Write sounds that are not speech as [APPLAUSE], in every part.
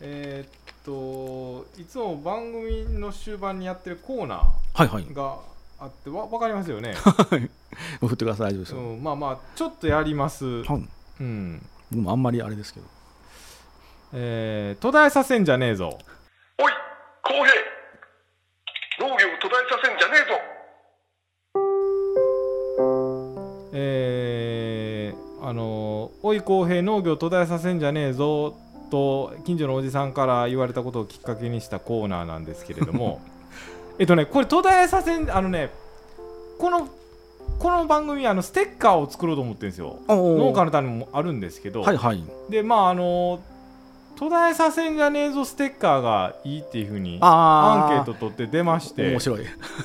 えーっといつも番組の終盤にやってるコーナはいはいーがあってわ分かりますよね、 [LAUGHS] 振ってください大丈夫ですうよ、ん、まあまあちょっとやります、はいうん僕もあんまりあれですけどえー、途絶えさせんじゃねえぞおい浩平農業を途絶えさせんじゃねえぞえーあの「おい公平農業途絶えさせんじゃねえぞ」と近所のおじさんから言われたことをきっかけにしたコーナーなんですけれど [LAUGHS] もえっとねこれ途絶えさせんあのねこのこの番組あのステッカーを作ろうと思ってるんですよ農農家のためもあるんですけど、はいはいでまああの途絶えさせんじゃねえぞステッカーがいいっていうふうにアンあケーート取って出まして面白い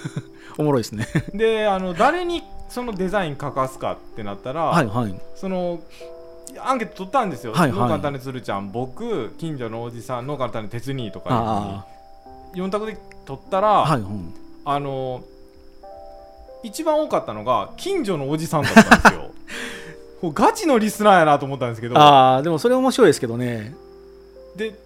[LAUGHS] おもろいですねであの誰にそのデザイン書かすかってなったら、はいはいそのアンケート取ったんですよ、はいは農い家の種つるちゃん僕近所のおじさん農家の種鉄にとかあ4択で取ったら、あはいうんあの一番多かったのが近所のおじさんだった [LAUGHS] んですよこうガチのリスナーやなと思ったんですけどああでもそれ面白いですけどねで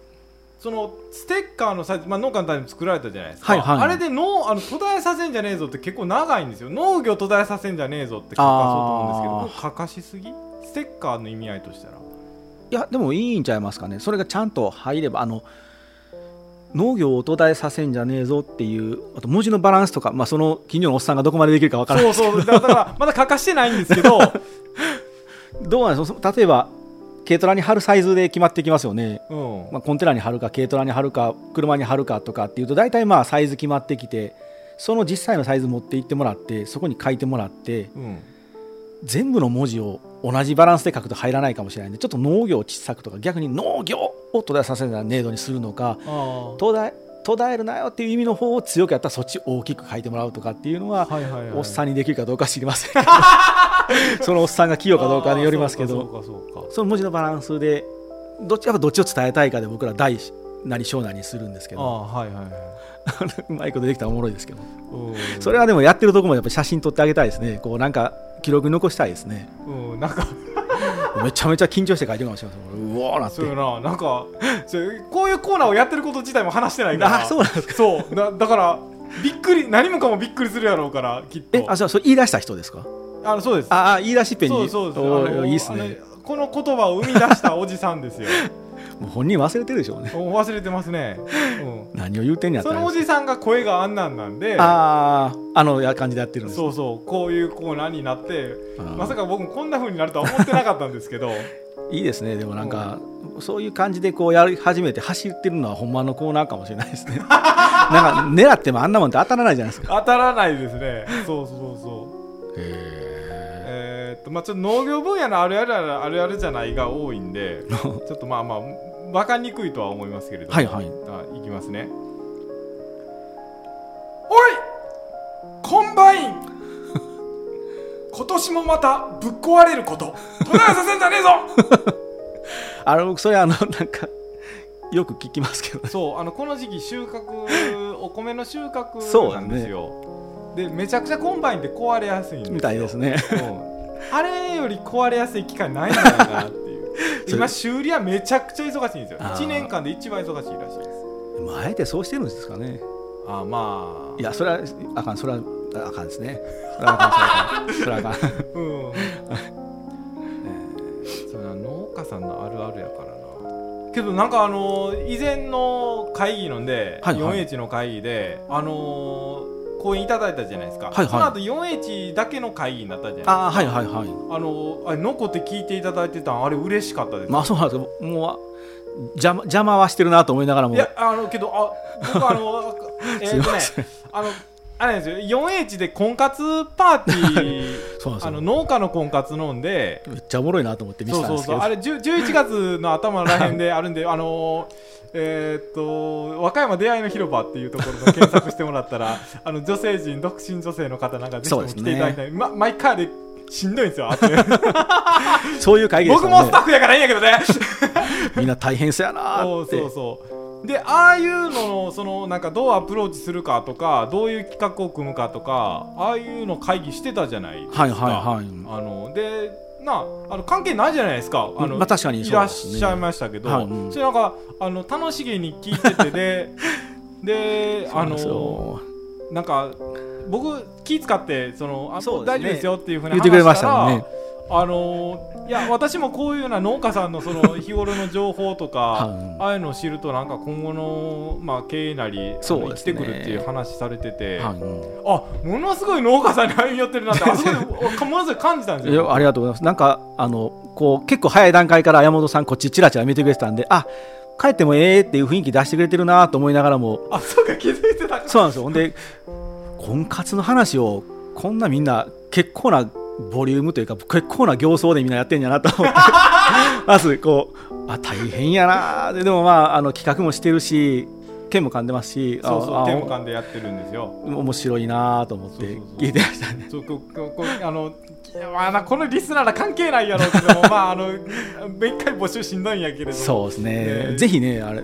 そのステッカーのサイズ、まあ、農家の種作られたじゃないですか、はいはいあれで農あの途絶えさせんじゃねえぞって結構長いんですよ農業途絶えさせんじゃねえぞって書かそうと思うんですけど書かしすぎステッカーの意味合いとしたらいやでもいいんちゃいますかねそれがちゃんと入ればあの農業を途絶えさせんじゃねえぞっていうあと文字のバランスとか、まあ、その近所のおっさんがどこまでできるかわからないそうそうだからまだ書かしてないんですけ [LAUGHS] どどうなんですか例えば軽トラに貼るサイズで決まってきますよね、うんまあ、コンテナに貼るか軽トラに貼るか車に貼るかとかっていうと大体まあサイズ決まってきてその実際のサイズ持って行ってもらってそこに書いてもらってうん全部の文字を同じバランスで書くと入らないかもしれないんでちょっと農業を小さくとか逆に農業を途絶えさせるような程度にするのかあ途絶え途絶えるなよっていう意味の方を強くやったらそっち大きく書いてもらうとかっていうのは、あはいはいはいおっさんんにできるかどうか知りませんけどそのおっさんが器用かどうかによりますけどそうかそうかそうかその文字のバランスでどっちやっぱどっちを伝えたいかで僕ら大なり小なりにするんですけあどあはいはいはいう [LAUGHS] まいことできたらおもろいですけどうんそれはでもやってるとこもやっぱ写真撮ってあげたいですねこうなんか記録に残したいですねうんなんかめちゃめちゃ緊張して書いてるかもしれませんうわーなってそうやななんかそうこういうコーナーをやってること自体も話してないからあそうなんですかそうだだからびっくり何もかもびっくりするやろうからきっとえあそうそれ言い出した人ですかあのそうですああ言い出しっぺにそうそうですおあのーいいっすねあのこの言葉を生み出したおじさんです [LAUGHS] よもう本人忘れてるでしょうねもう忘れてますね、う何を言うてんねやん、ったそらのおじさんが声があんなんなんであああのや感じでやってるんですそうそうこういうコーナーになってあーまさか僕もこんな風になるとは思ってなかったんですけどいいですねでもなんか、そういう感じでこうやり始めて走ってるのはほんまのコーナーかもしれないですね [LAUGHS] なんか狙ってもあんなもんって当たらないじゃないですか [LAUGHS] 当たらないですねそうそうそうへえーっとまあちょっと農業分野のあるあるあるあるあるじゃないが多いん [LAUGHS] でちょっとまあまあ分かりにくいとは思いますけれどもはいはいあいきますねおいコンバイン [LAUGHS] 今年もまたぶっ壊れること途絶えさせんじゃねえぞ [LAUGHS] あれ僕それあのなんかよく聞きますけどねそうあのこの時期収穫お米の収そう穫なだねんですよでめちゃくちゃコンバインって壊れやすいんですよみたいですねうんあれより壊れやすい機械ないんだよなっていう [LAUGHS] それ今修理はめちゃくちゃ忙しいんですよあー1年間で一番忙しいらしいですまああえてそうしてるんですかねあーまあいやそれはあかんそれはあかんですねそれはあかんそれはあかんそれはあかうん [LAUGHS] それは農家さんのあるあるやからなけどなんかあのー以前の会議ので、はいはい 4H の会議であのー講演いただいたじゃないですか、はいはいその後 4H だけの会議になったじゃないですんか [LAUGHS] ああはいはいはあいのーあれノコって聞いていただいてたんあれ嬉しかったです、まあそうなんですけどもうあ邪魔邪魔はしてるなと思いながらもいやあのけどあ僕あ [LAUGHS] のえすーいっとまねせんあのあれなんですよ 4H で婚活パーテ [LAUGHS] ィーそうなんですあのよ農家の婚活飲んでめっちゃおもろいなと思って見てそうたんそうですけそうどあれ10 11月の頭らへん [LAUGHS] であるんであのーえーっと和歌山出会いの広場っていうところの検索してもらった [LAUGHS] らあの女性陣独身女性の方なんかぜひとも来ていただきたい、ま、毎回あれしんどいんですよあってそういう会議です僕よもスタッフやからいいんやけどねみんな大変 [LAUGHS] そうやなそーうってそうそうでああいうののそのなんかどうアプローチするかとかどういう企画を組むかとかああいうの会議してたじゃないですかはいはいはいあのでなあの関係ないじゃないですかあの、まあ確かにいそうらっですねしゃいましたけど、はいうんそれなんかあの楽しげに聞いててでであの [LAUGHS] そうなんか僕気使ってそのあそうですね大丈夫ですよっていうふうに言っ話てくれまししたたもんねら。あのーいや私もこういうような農家さんのそ [LAUGHS] の日頃の情報とか、はいああいうのを知るとなんか今後の、まあ、経営なり、あのそう生できすてねくるっていう話されてて、はいうんあものすごい農家さんに歩み寄ってるなってあそこで [LAUGHS] おものすごい感じたんですいやよ。ありがとうございます。なんかあのこう結構早い段階から山本さんこっちちらちら見てくれてたんで、あ帰ってもええっていう雰囲気出してくれてるなと思いながらも、あそうか気づいてたかそうなんですよ。ほんで婚活の話をこんなみんな結構なボリュームというか結構な形相でみんなやってんやなと思って、 [LAUGHS] まずこうあ大変やなででもまああの企画もしてるし。剣も噛んでますし、あそうそあう手も噛んでやってるんですよ。面白いなと思って聞いてましたね。そうこここあのいやまあなこのリスナーら関係ないやろうけどもまああの一回募集しんどいんやけれどもそうですね、ねぜひね、あ [LAUGHS] れ、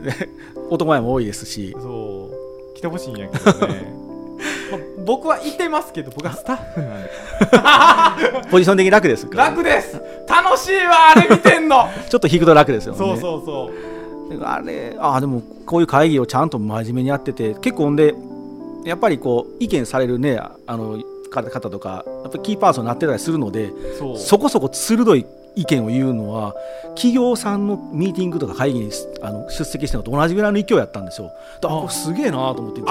男前も多いですし、そう来てほしいんやけど [LAUGHS] ねまあ僕はいてますけど僕はスタッフなんでポジション的に楽ですからね、楽です楽しいわあれ見てんのちょっと引くと楽ですよね。そうそうそうあれ、あでも、こういう会議をちゃんと真面目にやってて、結構ほんで、やっぱりこう、意見されるね、あの方方とか、やっぱりキーパーソンになってたりするので、そうそこそこ鋭い意見を言うのは、企業さんのミーティングとか会議にあの出席してるのと同じぐらいの勢いやったんですよ。だからあすげえなと思って、逆に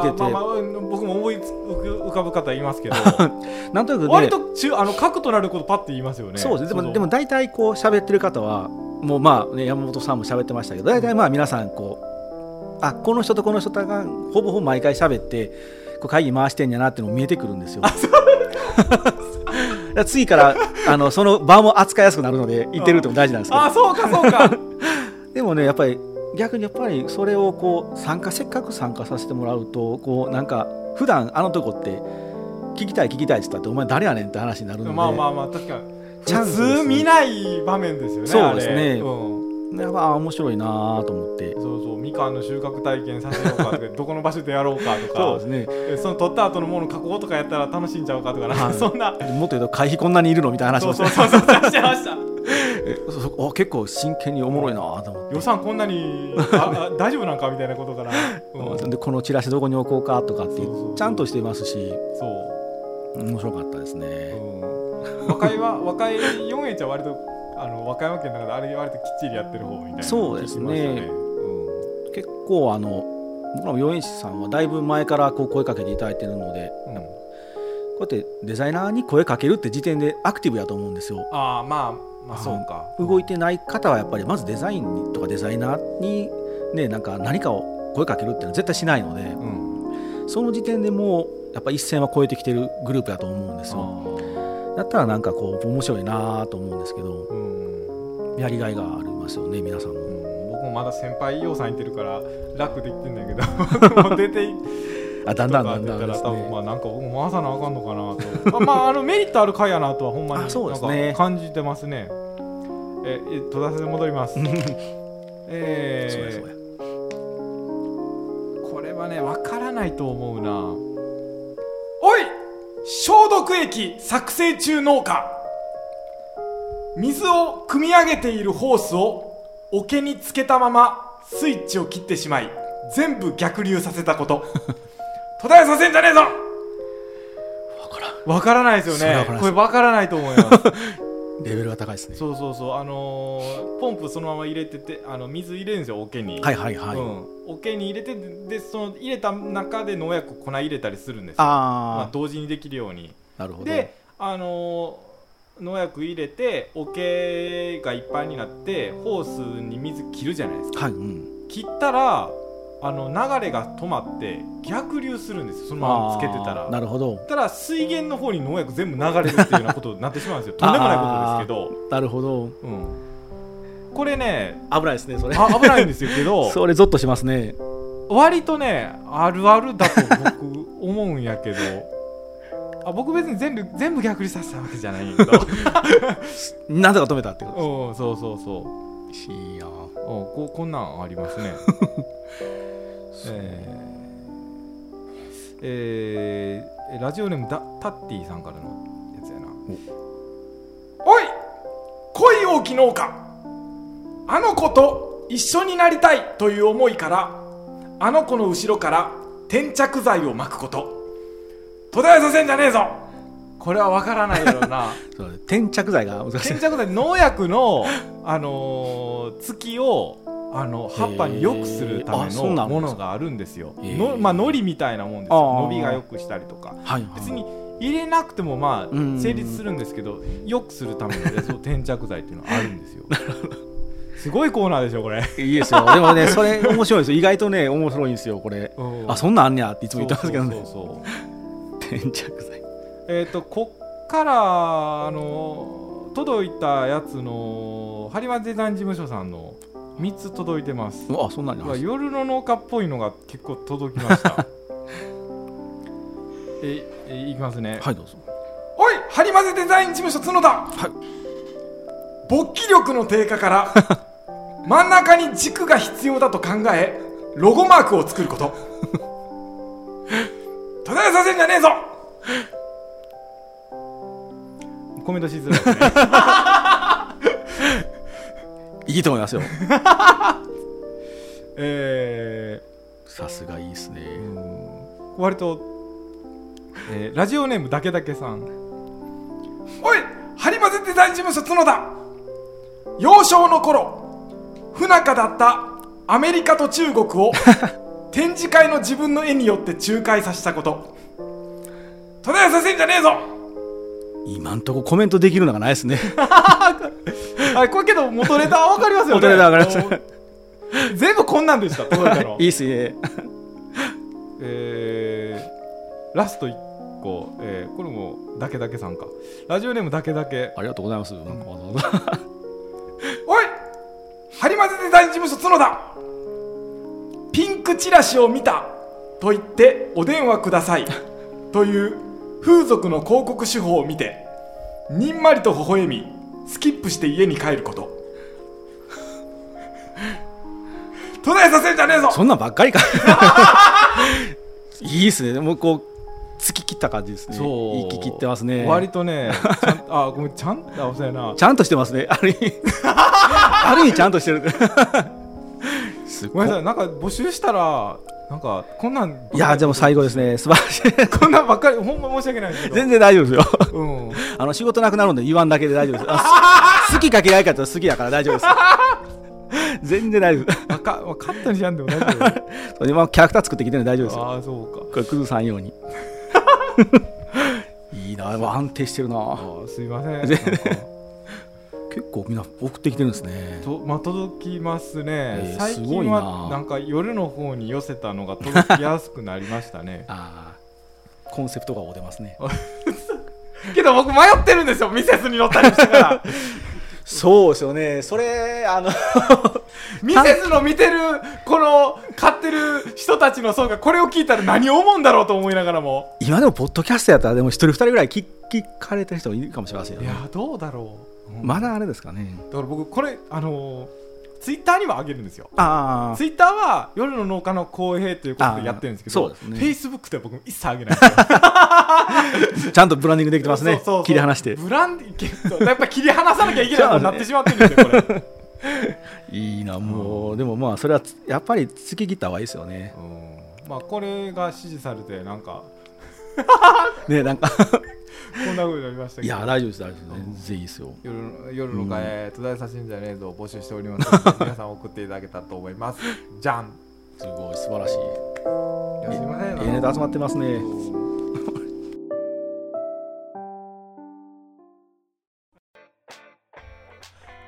聞いてて、あーまあまあうん僕も思いつ浮かぶ方いますけ [LAUGHS] どなんとなくね、割と中あの核となることパッて言いますよねそうですねでもうでも大体こう喋ってる方はもうまあ、ね、山本さんも喋ってましたけど大体まあ皆さんこうあこの人とこの人とがほぼほぼ毎回喋ってこう会議回してんやなっていうのも見えてくるんですよ。だから [LAUGHS] 次からあのその場も扱いやすくなるので言ってるっても大事なんですけあどーそうかそうかでもねやっぱり逆にやっぱりそれをこう参加せっかく参加させてもらうとこうなんか普段あのとこって聞きたい聞きたいって言ったってお前誰やねんって話になるのでまあまあまあ確かにチャンスですね普通見ない場面ですよねそうですねあれうんやっぱあ面白いなと思って。そうそうみかんの収穫体験させようかと [LAUGHS] かどこの場所でやろうかとかそうですねえその取った後のもの加工とかやったら楽しいんちゃうかとかなんかはいそんなもっと言うと会費こんなにいるのみたいな話そもうしてそうそうそうしてましたそうそうあ結構真剣におもろいなと思って予算こんなにああ大丈夫なんかみたいなことから、うん、そうでこのチラシどこに置こうかとかっそてうそうちゃんとしていますし面白かったですうね、ん、和解は和解4円ちゃん割とあの和歌山県の中であれ割ときっちりやってる方みたいなそうですね聞きましたね結構あの僕らも養演師さんはだいぶ前からこう声かけていただいてるのでうんうんこうやってデザイナーに声かけるって時点でアクティブやと思うんですよああまあまあそうか動いてない方はやっぱりまずデザインとかデザイナーに、ね、なんか何かを声かけるっていうのは絶対しないのでうんその時点でもうやっぱ一線は越えてきてるグループだと思うんですよ。だったらなんかこう面白いなと思うんですけどあーうんやりがいがありますよね皆さんうもん僕もまだ先輩洋さんいてるから楽できてんだけど [LAUGHS] 僕も出ていあだとんだかんだっんて言っただんでらす多分まねあなんか僕も回さなあかんのかなとあまああのメリットある回やなとはほんまにあそうですねなんか感じてますねええ戸田先生戻り [LAUGHS] ますそうやえそうやー、これはねわからないと思うなおい消毒液作成中農家水を汲み上げているホースを桶につけたままスイッチを切ってしまい全部逆流させたこと [LAUGHS] 途絶えさせんじゃねえぞわからんわからないですそれよはわねからないこでれわからないと思すいます [LAUGHS] レベルが高いですねそうそうそうあのーポンプそのまま入れててあの水入れるんですよ桶にはいはいはい、うん、桶に入れてでその入れた中で農薬粉入れたりするんですよまああ、同時にできるようにあ、なるほどで、あのー農薬入れて桶がいっぱいになってホースに水切るじゃないですかはいうん、切ったらあの流れが止まって逆流するんですよそのままつけてたあらーなるほどたら水源の方に農薬全部流れるっていうようなことになってしまうんですよとんでもないことですなるほどけど、うん、これね危ないですねそれあ危ないんですよけど [LAUGHS] それゾッとしますね割とねあるあるだと僕 [LAUGHS] 思うんやけどあ僕別に全部全部逆にさせたわけじゃないんやけどなんとか止めたってことうんそうそうそうですいいやうんここんなんありますねえーえーラジオネームだタッティさんからのやつやなおい時農家あの子と一緒になりたいという思いからあの子の後ろから転着剤をまくこと途絶えさせんじゃねえぞこれはわからないよなそう転着剤が難しい先着剤農薬の、あのー月をあの葉っぱに良くするたへーあめそうなのんですもかのがあるんですよ。へーのまあのりみたいなもんですあよ。ー伸びが良くしたりとか。はいはい別に入れなくてもまあうん成立するんですけど、良くするためのね [LAUGHS] そう転着剤っていうのはあるんですよ。すごいコーナーでしょこれ。いいですよでもねそれ面白いですよ意外とね面白いんですよこれうんあそんなんあんねやっていつもそう言ってますけどそねうそうそう転着剤えっ、とこっからあの届いたやつの播磨デザイン事務所さんの3つ届いてます。うわあそんなんうわや夜の農家っぽいのが結構届きました [LAUGHS] ええいきますね、はいどうぞおいハリマゼデザイン事務所角田、勃起力の低下から [LAUGHS] 真ん中に軸が必要だと考えロゴマークを作ること [LAUGHS] 途絶えさせんじゃねえぞコメントしづらい [LAUGHS] ですねいいと思いますよえ [LAUGHS] さすがいいですねーうん割と、えーラジオネームだけだけさんおいハリマゼデザイン事務所角田幼少の頃不仲だったアメリカと中 [LAUGHS] 国を展示会の自分の絵によって仲介させたこと途絶えさせんじゃねえぞ今んとこコメントできるのがない [LAUGHS] ですねあこれけど元ネタ分かりますよね元ネタ分かりあの全部こんなんでした届いたのいいっすね [LAUGHS] えーラスト1個、えーこれもだけだけさんかラジオネームだけだけありがとうございますなんかわざわざおいハリマゼデザイン事務所角田ピンクチラシを見たと言ってお電話く [LAUGHS] ださいという風俗の広告手法を見てにんまりと微笑みスキップして家に帰る [LAUGHS] こと途絶えさせんじゃねえぞ [LAUGHS] そんなんばっかり [LAUGHS] かいいっすねもうこう突き切った感じですねそう行き切ってますね割と [LAUGHS] ねちゃんあごめんちゃんあそうやなちゃんとしてますねある意 [LAUGHS] 味ある意味ちゃんとしてるすごめんなさいなんか募集したらなんかこんなんいやでも最後ですね素晴らしいこんなんばっかりほんま申し訳ないですけど全然大丈夫ですようんあの仕事なくなるので言わんだけで大丈夫ですあす [LAUGHS] 好きか嫌いかって言ったら好きだから大丈夫です [LAUGHS] 全然大丈夫ですわかわかったりじゃんでも大丈夫 [LAUGHS] それ今キャラクター作ってきてるので大丈夫ですよああそうかこれ崩さん [LAUGHS] ようにいいな安定してるなああすいません [LAUGHS] なん全か結構みんな送ってきてるんですねとまあ届きますね、えー最すごい近なはなんか夜の方に寄せたのが届きやすくなりましたね [LAUGHS] あーコンセプトがお出ますねけど僕迷ってるんですよミセスに乗ったりしてから [LAUGHS] そうですよねそれあの [LAUGHS] ミセスの見てるこの買ってる人たちの層がこれを聞いたら何を思うんだろうと思いながらも今でもポッドキャストやったらでも一人二人ぐらい聞聞かれてる人もいるかもしれませんよいねやどうだろう、うんまだあれですかねだから僕これあのツイッターにはあげるんですよああツイッターは夜の農家の公平ということでやってるんですけあどーそうですねフェイスブックでは僕も一切あげないんですよちゃんとブランディングできてますそうねそうそう切り離してブランディやっぱ切り離さなきゃいけないことになってしまってるんですよ、これ。いいなもう、でもまあそれはつやっぱり突き切った方がいいですよねうんまあ、これが支持されて、なんか、ねなんかこんなふうになりましたいけど。や大丈夫です大丈夫です全然いいですよ夜の夜の会、途絶えさせんじゃねえぞを募集しておりますので、皆さん送っていただけたらと思います。じゃん。すごい素晴らしいいやすいません。ええネタ集まってますね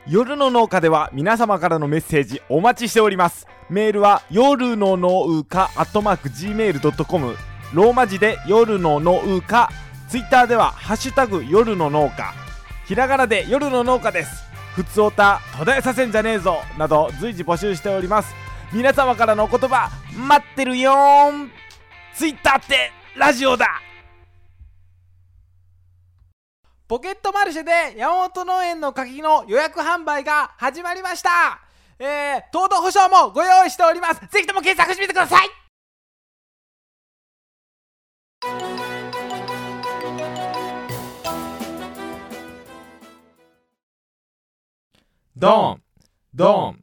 夜の農家では皆様からのメッセージお待ちしておりますメールは夜の農家アットマーク Gmail.com ローマ字で夜の農家ツイッターでは「ハッシュタグ夜の農家」ひらがなで夜の農家ですふつおた途絶えさせんじゃねえぞなど随時募集しております皆様からのお言葉待ってるよーんツイッターってラジオだポケットマルシェで山本農園の柿の予約販売が始まりましたえー、糖度保証もご用意しておりますぜひとも検索してみてくださいドンドン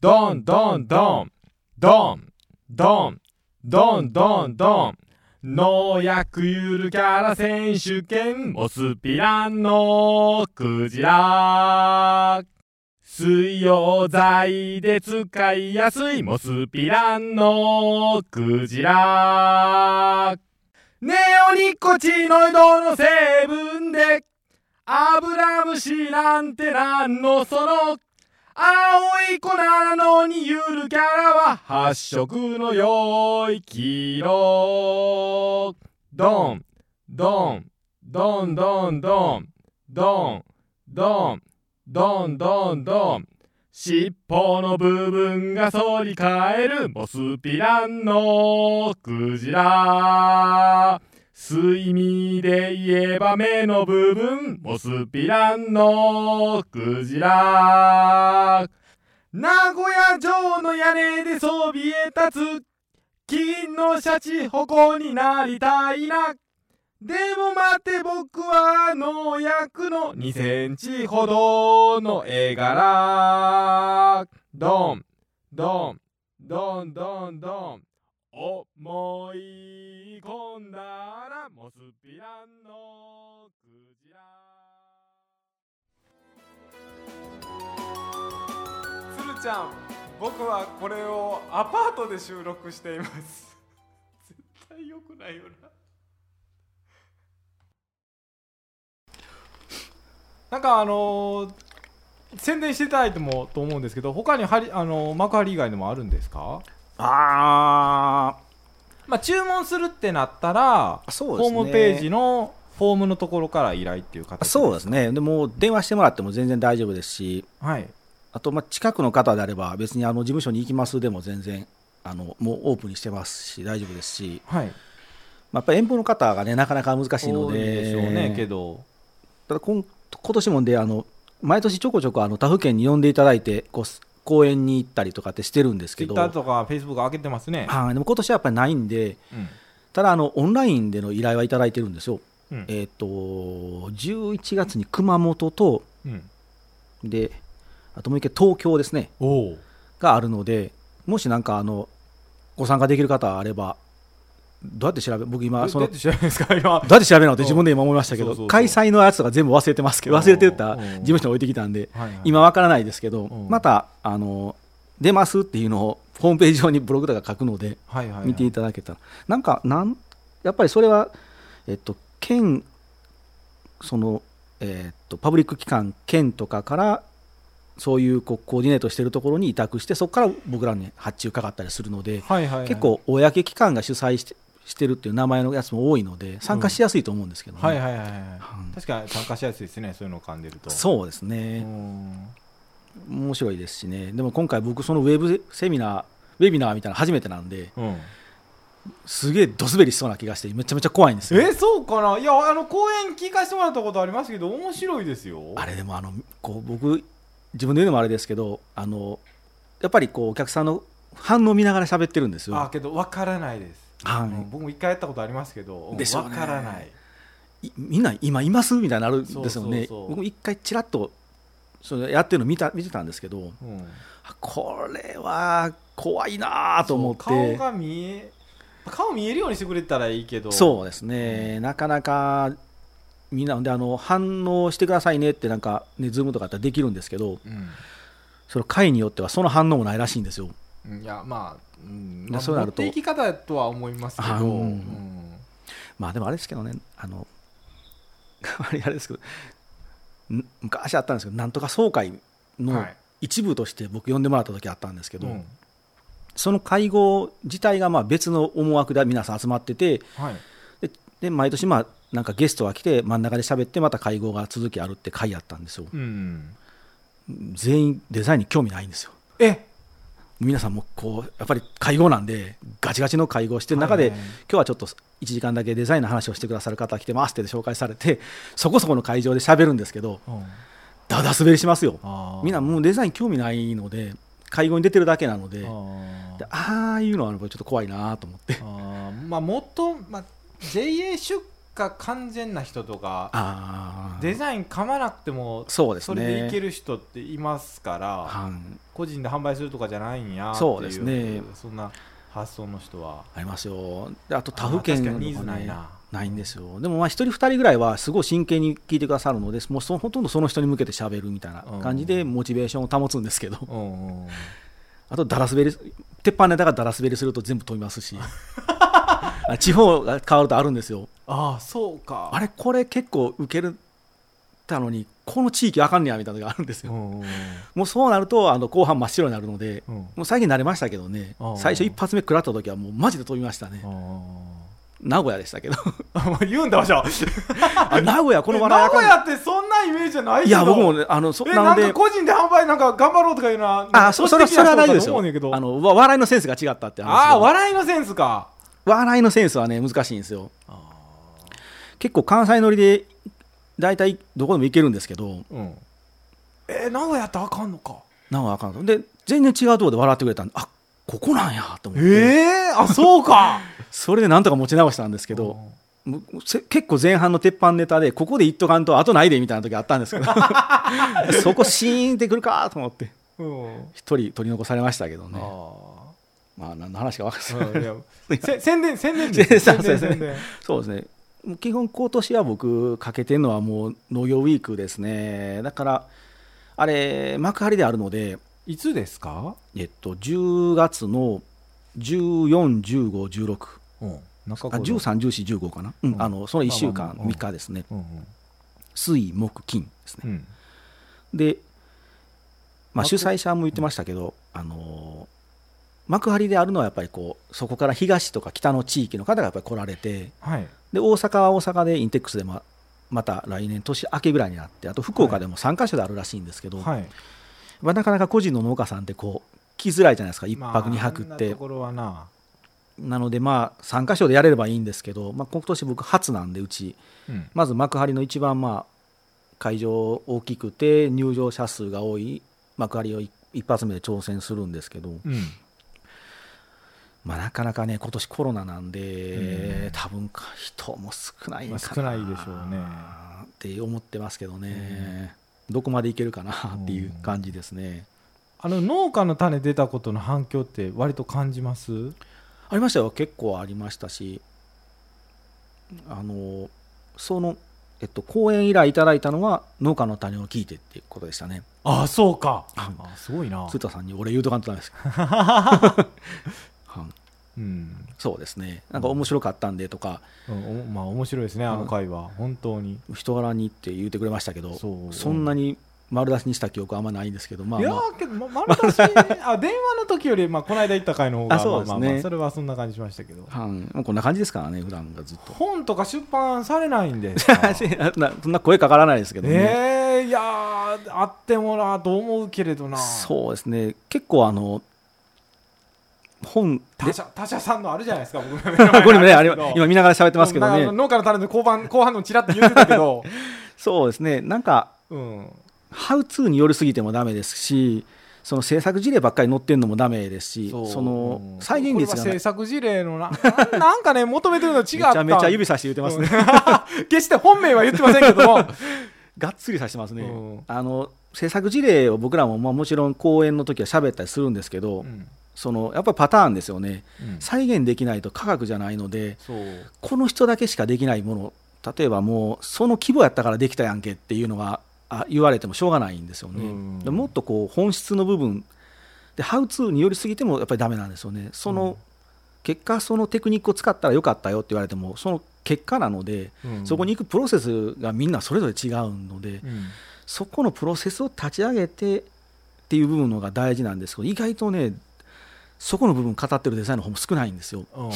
ドンドンドンドンドンドンドンドン農薬ゆるキャラ選手権モスピランのクジラ水溶剤で使いやすいモスピランのクジラネオニコチノイドの成分でアブラムシなんてなんのその青い粉なのにゆるキャラは発色の良い黄色ドンドンドンドンドンドンドンドンドンドン尻尾の部分が反り返るモスピランのクジラ睡眠で言えば目の部分モスピランのクジラ名古屋城の屋根でそびえ立つ金のシャチ矛になりたいなでも待て僕は農薬の2センチほどの絵柄ドンドンドンドンドン思い込んだらモスピランのクジラつるちゃん僕はこれをアパートで収録しています [LAUGHS] 絶対良くないよななんかあのー宣伝していただいてもと思うんですけど他にはり、あのー幕張以外でもあるんですかあまあ注文するってなったら、あそうでホすねームページのフォームのところから依頼っていうあ形そうですねでも電話してもらっても全然大丈夫ですしはいあとまあ近くの方であれば別にあの事務所に行きますでも全然あのもうオープンにしてますし大丈夫ですし、はいまあ、やっぱり遠方の方がねなかなか難しいので多いでしょうねけどただ今今年もであの毎年ちょこちょこあの他府県に呼んでいただいてこう公演に行ったりとかってしてるんですツけイッどターとかフェイスブック開けてますねはいでも今年はやっぱりないんでうんただあのオンラインでの依頼はいただいてるんですよ、うんえっ、と11月に熊本とうんであともう一回東京ですねおおがあるのでもしなんかあのご参加できる方あればどうやって調べ僕今そのだって知らないですか [LAUGHS] 今どうやって調べるのって自分で今思いましたけそうそどうそう開催のやつとか全部忘れてますけど忘れてたうん事務所に置いてきたんではいはい今わからないですけどうんまたあの出ますっていうのをホームページ上にブログとか書くのではいはいはい見ていただけたらなんかなんやっぱりそれはえっと県そのえっとパブリック機関県とかからそういうこうコーディネートしてるところに委託してそこから僕らに発注かかったりするのではいはいはい結構公機関が主催してしてるっていう名前のやつも多いので参加しやすいと思うんですけどね、はいはいはいはいうん確かに参加しやすいですねそういうのを噛んでるとそうですうね、ん面白いですしねでも今回僕そのウェブセミナーウェビナーみたいなの初めてなんでうんすげえドスベリしそうな気がしてめちゃめちゃ怖いんですよえそうかないやあの公演聞かせてもらったことありますけど面白いですよあれでもあのこう僕自分で言うのもあれですけどあのやっぱりこうお客さんの反応を見ながら喋ってるんですよあけど分からないです、うはいん僕も一回やったことありますけど、うんでしょうね分からないいみんな今いますみたいになるんですよそねうそうそう僕も一回ちらっとそれやってるの見た見てたんですけどうんあこれは怖いなあと思ってそう顔が見え顔見えるようにしてくれたらいいけどそうですね、なかなかみんなであの反応してくださいねってなんかねズームとかだったらできるんですけどう、うんその会によってはその反応もないらしいんですよ。うん、いやまあ、うんやまあ、そうなると持っていき方とは思いますけあど、うんうんまあでもあれですけどねあの [LAUGHS] あれあれですけどん昔あったんですけどなんとか総会のはい一部として僕呼んでもらった時あったんですけど、うんその会合自体がまあ別の思惑で皆さん集まっててはいでで毎年まあなんかゲストが来て真ん中で喋ってまた会合が続きあるって会やったんですよ。うん、全員デザインに興味ないんですよえ皆さんもこうやっぱり会合なんでガチガチの会合してる中で、はいはいはい今日はちょっと1時間だけデザインの話をしてくださる方来てますって紹介されてそこそこの会場で喋るんですけどうんダダ滑りしますよあーみんなもうデザイン興味ないので会合に出てるだけなのであーでああいうのはやっぱりちょっと怖いなと思ってあーまあ元、まあ、JA 出荷完全な人とかあデザイン噛まなくてもそうですそねれでいける人っていますからはい個人で販売するとかじゃないんやっていうそうですねそんな発想の人はありますよであと他府県あーのとか確かにニーズないねなないんですよでもまあ一人二人ぐらいはすごい真剣に聞いてくださるのでもうそほとんどその人に向けて喋るみたいな感じでモチベーションを保つんですけど、 [LAUGHS] うんうんあとだら滑り鉄板ネタがだら滑りすると全部飛びます [LAUGHS] しあ地方が変わるとあるんですよああそうかあれこれ結構受けたのにこの地域あかんねやみたいなのがあるんですうよ、んうんうんもうそうなるとあの後半真っ白になるので、うんもう最近慣れましたけどねあー最初一発目食らった時はもうマジで飛びましたね名古屋でしたけどあもう [LAUGHS] 言うんだわじゃああ名古屋この [LAUGHS] 名笑いあか古ん屋ってそんなイメージじゃないけどいや僕もねあのそえななのんでか個人で販売なんか頑張ろうとかいうのはあそそれはそれは大丈夫です思うねんけよどあのわ笑いのセンスが違ったって話でああ笑いのセンスか笑いのセンスはね難しいんですよ結構関西乗りで大体どこでも行けるんですけどうんえー名古屋ってあかんのかなんかあかんとで全然違うところで笑ってくれたんであここなんやと思って、えー、あそうかそれでなんとか持ち直したんですけ [LAUGHS] どもうせ結構前半の鉄板ネタでここで言っとかんと後ないでみたいな時あったんですけど [LAUGHS] そこシーンってくるかと思ってうん一人取り残されましたけどねあまあ何の話か分か [LAUGHS] んないあいやせ宣伝宣伝です [LAUGHS] そう宣そうそう伝宣伝そうですね。もう基本今年は僕かけてるのはもう農業ウィークですね。だからあれ幕張であるので、いつですかえっと10月の14、15、16うん中あ頃13、14、15かな。うんうんあのその1週間まあまあまあうん3日ですね。うん水木金ですうね。んうんで、まあ幕主催者も言ってましたけど、あのー幕張であるのはやっぱりこうそこから東とか北の地域の方がやっぱり来られて。はいで大阪は大阪でインテックスでままた来年年明けぐらいになってあと福岡でも3カ所であるらしいんですけど、はいまあ、なかなか個人の農家さんってこう来づらいじゃないですか1まあ泊2泊っあんなて、ところはななのでまあ3カ所でやれればいいんですけど、まあ、今年僕初なんでうちうんまず幕張の一番まあ会場大きくて入場者数が多い幕張を一一発目で挑戦するんですけど、うんまあ、なかなかね今年コロナなんで、うん多分か人も少ないんまあかな少ないでしょうねって思ってますけどね、どこまでいけるかなっていう感じですね、あの農家の種出たことの反響って割と感じますありましたよ結構ありましたしあのその、えっと、講演依頼いただいたのは農家の種を聞いてっていうことでしたねああそうかああすごいな鶴田さんに俺言うとかんとダメですけどはい [LAUGHS] うん、そうですねなんか面白かったんでとかうんおまあ面白いですねあの回は、本当に人柄にって言ってくれましたけどそうそんなに丸出しにした記憶はあんまないんですけど、まあいやまあ、ーけど、ま、丸出しあ電話の時より、まあ、この間行った回の方があそうですねまあまあまあそれはそんな感じしましたけどはいもうこんな感じですからね、普段がずっと。本とか出版されないんです [LAUGHS] かな [LAUGHS] そんな声かからないですけどね。えー、いやーあってもなと思うけれどなそうですね、結構あの、本で、他社他社さんのあるじゃないですか [LAUGHS] 僕これもね、あれ今今見ながら喋ってますけどなんね、か農家の種で後半 [LAUGHS] 後半のちらっと言ってたけど、そうですね、なんか、うん、ハウツーによりすぎてもダメですし、その制作事例ばっかり載ってるのもダメですし、その再現率こがれなは制い作事例のな [LAUGHS] ななんかね求めてるの違っめちたゃめちゃ指さして言ってますね、うん [LAUGHS] 決して本名は言ってませんけども、がっつりさしてますね。うんあの制作事例を僕らも、まあ、もちろん講演の時は喋ったりするんですけど、うんそのやっぱりパターンですよね、うん再現できないと科学じゃないので、そうこの人だけしかできないもの、例えばもう、その規模やったからできたやんけっていうのがあ言われてもしょうがないんですよね、うんでもっとこう本質の部分で、ハウツーによりすぎてもやっぱりダメなんですよね、その、うん結果、そのテクニックを使ったらよかったよって言われても、その結果なので、うんそこに行くプロセスがみんなそれぞれ違うので。うんそこのプロセスを立ち上げてっていう部分のが大事なんですけど意外とねそこの部分語ってるデザインの方も少ないんですようん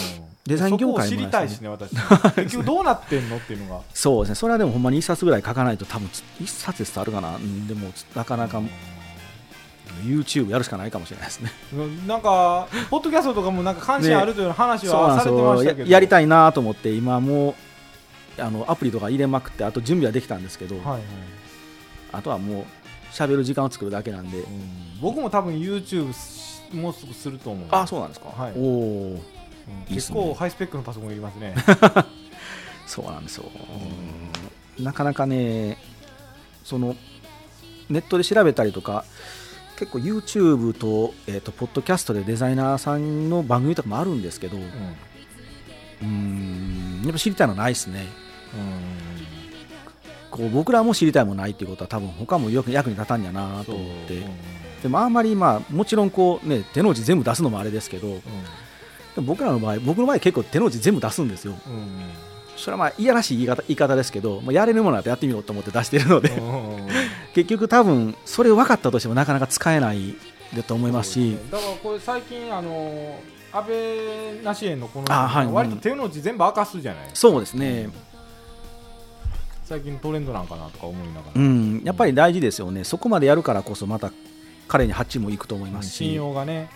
デザイン業界もそこを知りたいしね私 [LAUGHS] 結局どうなってんのっていうのがそうですねそれはでもほんまに1冊ぐらい書かないと多分つ1冊ですとあるかなうんでもつなかなか YouTube やるしかないかもしれない [LAUGHS] ですねうんなんかポッドキャストとかもなんか関心あるという話そうなはんでさすれてまよしたやけど、やりいたいなと思って今もうあのアプリとか入れまくってあと準備はできたんですけど、はいはいあとはもう喋る時間を作るだけなんで、うん僕も多分 YouTube しもうすぐすると思うあそうなんですか、はいおおいいうんっ結すね構ハイスペックのパソコンいりますねそうなんですよ、なかなかねそのネットで調べたりとか結構 YouTube と,、えー、とポッドキャストでデザイナーさんの番組とかもあるんですけどうーんやっぱ知りたいのはないですねこう僕らも知りたいもんないっていうことは多分他もよく役に立たんやなそとう思っうんてでもあんまりまあもちろんこうね手の内全部出すのもあれですけどでも僕らの場合僕の場合結構手の内全部出すんですようんうんそれはまあいやらしい言い方言い方ですけど、まあ、やれるものだとやってみろと思って出してるのでうん結局多分それ分かったとしてもなかなか使えないだと思いますしだからこれ最近あの安倍なし園のこのあはい割と手の内全部明かすじゃないそうですね最近トレンドなんかなとか思いながうら、んやっぱり大事ですよねそこまでやるからこそまた彼に発注もいくと思います信し用がね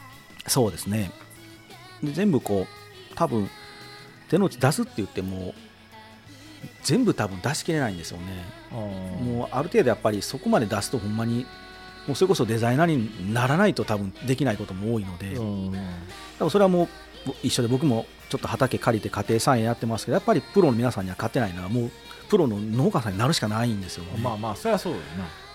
そうですねで全部こう多分手の内出すって言っても全部多分出しきれないんですよねももうある程度やっぱりそこまで出すとほんまにもうそれこそデザイナーにならないと多分できないことも多いので、うん多分それはもう一緒で僕もちょっと畑借りて家庭菜園やってますけどやっぱりプロの皆さんには勝てないのはもうプロの農家さんになるしかないんですよね、まあまあそりゃそうよ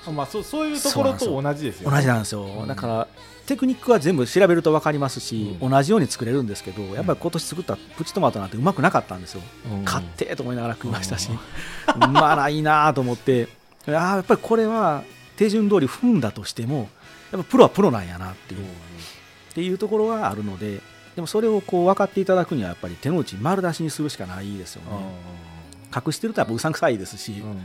なまあそうそういうところと同じですよ同じなんですよ、うんだからテクニックは全部調べると分かりますし、うん同じように作れるんですけどやっぱり今年作ったプチトマトなんてうまくなかったんですよ、うん買ってえと思いながら食いましたし、う [LAUGHS] まあないなと思ってあーやっぱりこれは手順通り踏んだとしてもやっぱプロはプロなんやなっていう,、っていうところはあるのででもそれをこう分かっていただくにはやっぱり手の内丸出しにするしかないですよね隠してるとやっぱうさんくさいですしうんうん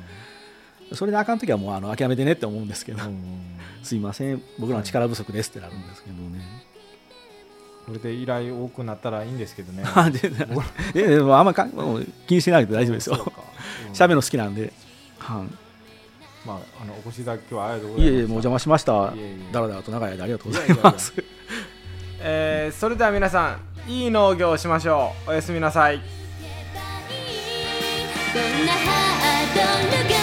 それであかん時はもうあの諦めてねって思うんですけど、うんうんすいません僕らの力不足ですってなるんですけどね、これで依頼多くなったらいいんですけどねあ [LAUGHS] でででもあんまかもう気にしないで大丈夫ですそうよかうん喋るの好きなんで、はまああのお越しいただき今日はありがとうごい、ざいいますえいえもうお邪魔しましたいえいえだらだらと長い間ありがとうございますえーそれでは皆さんいい農業をしましょうおやすみなさいどんなハードルが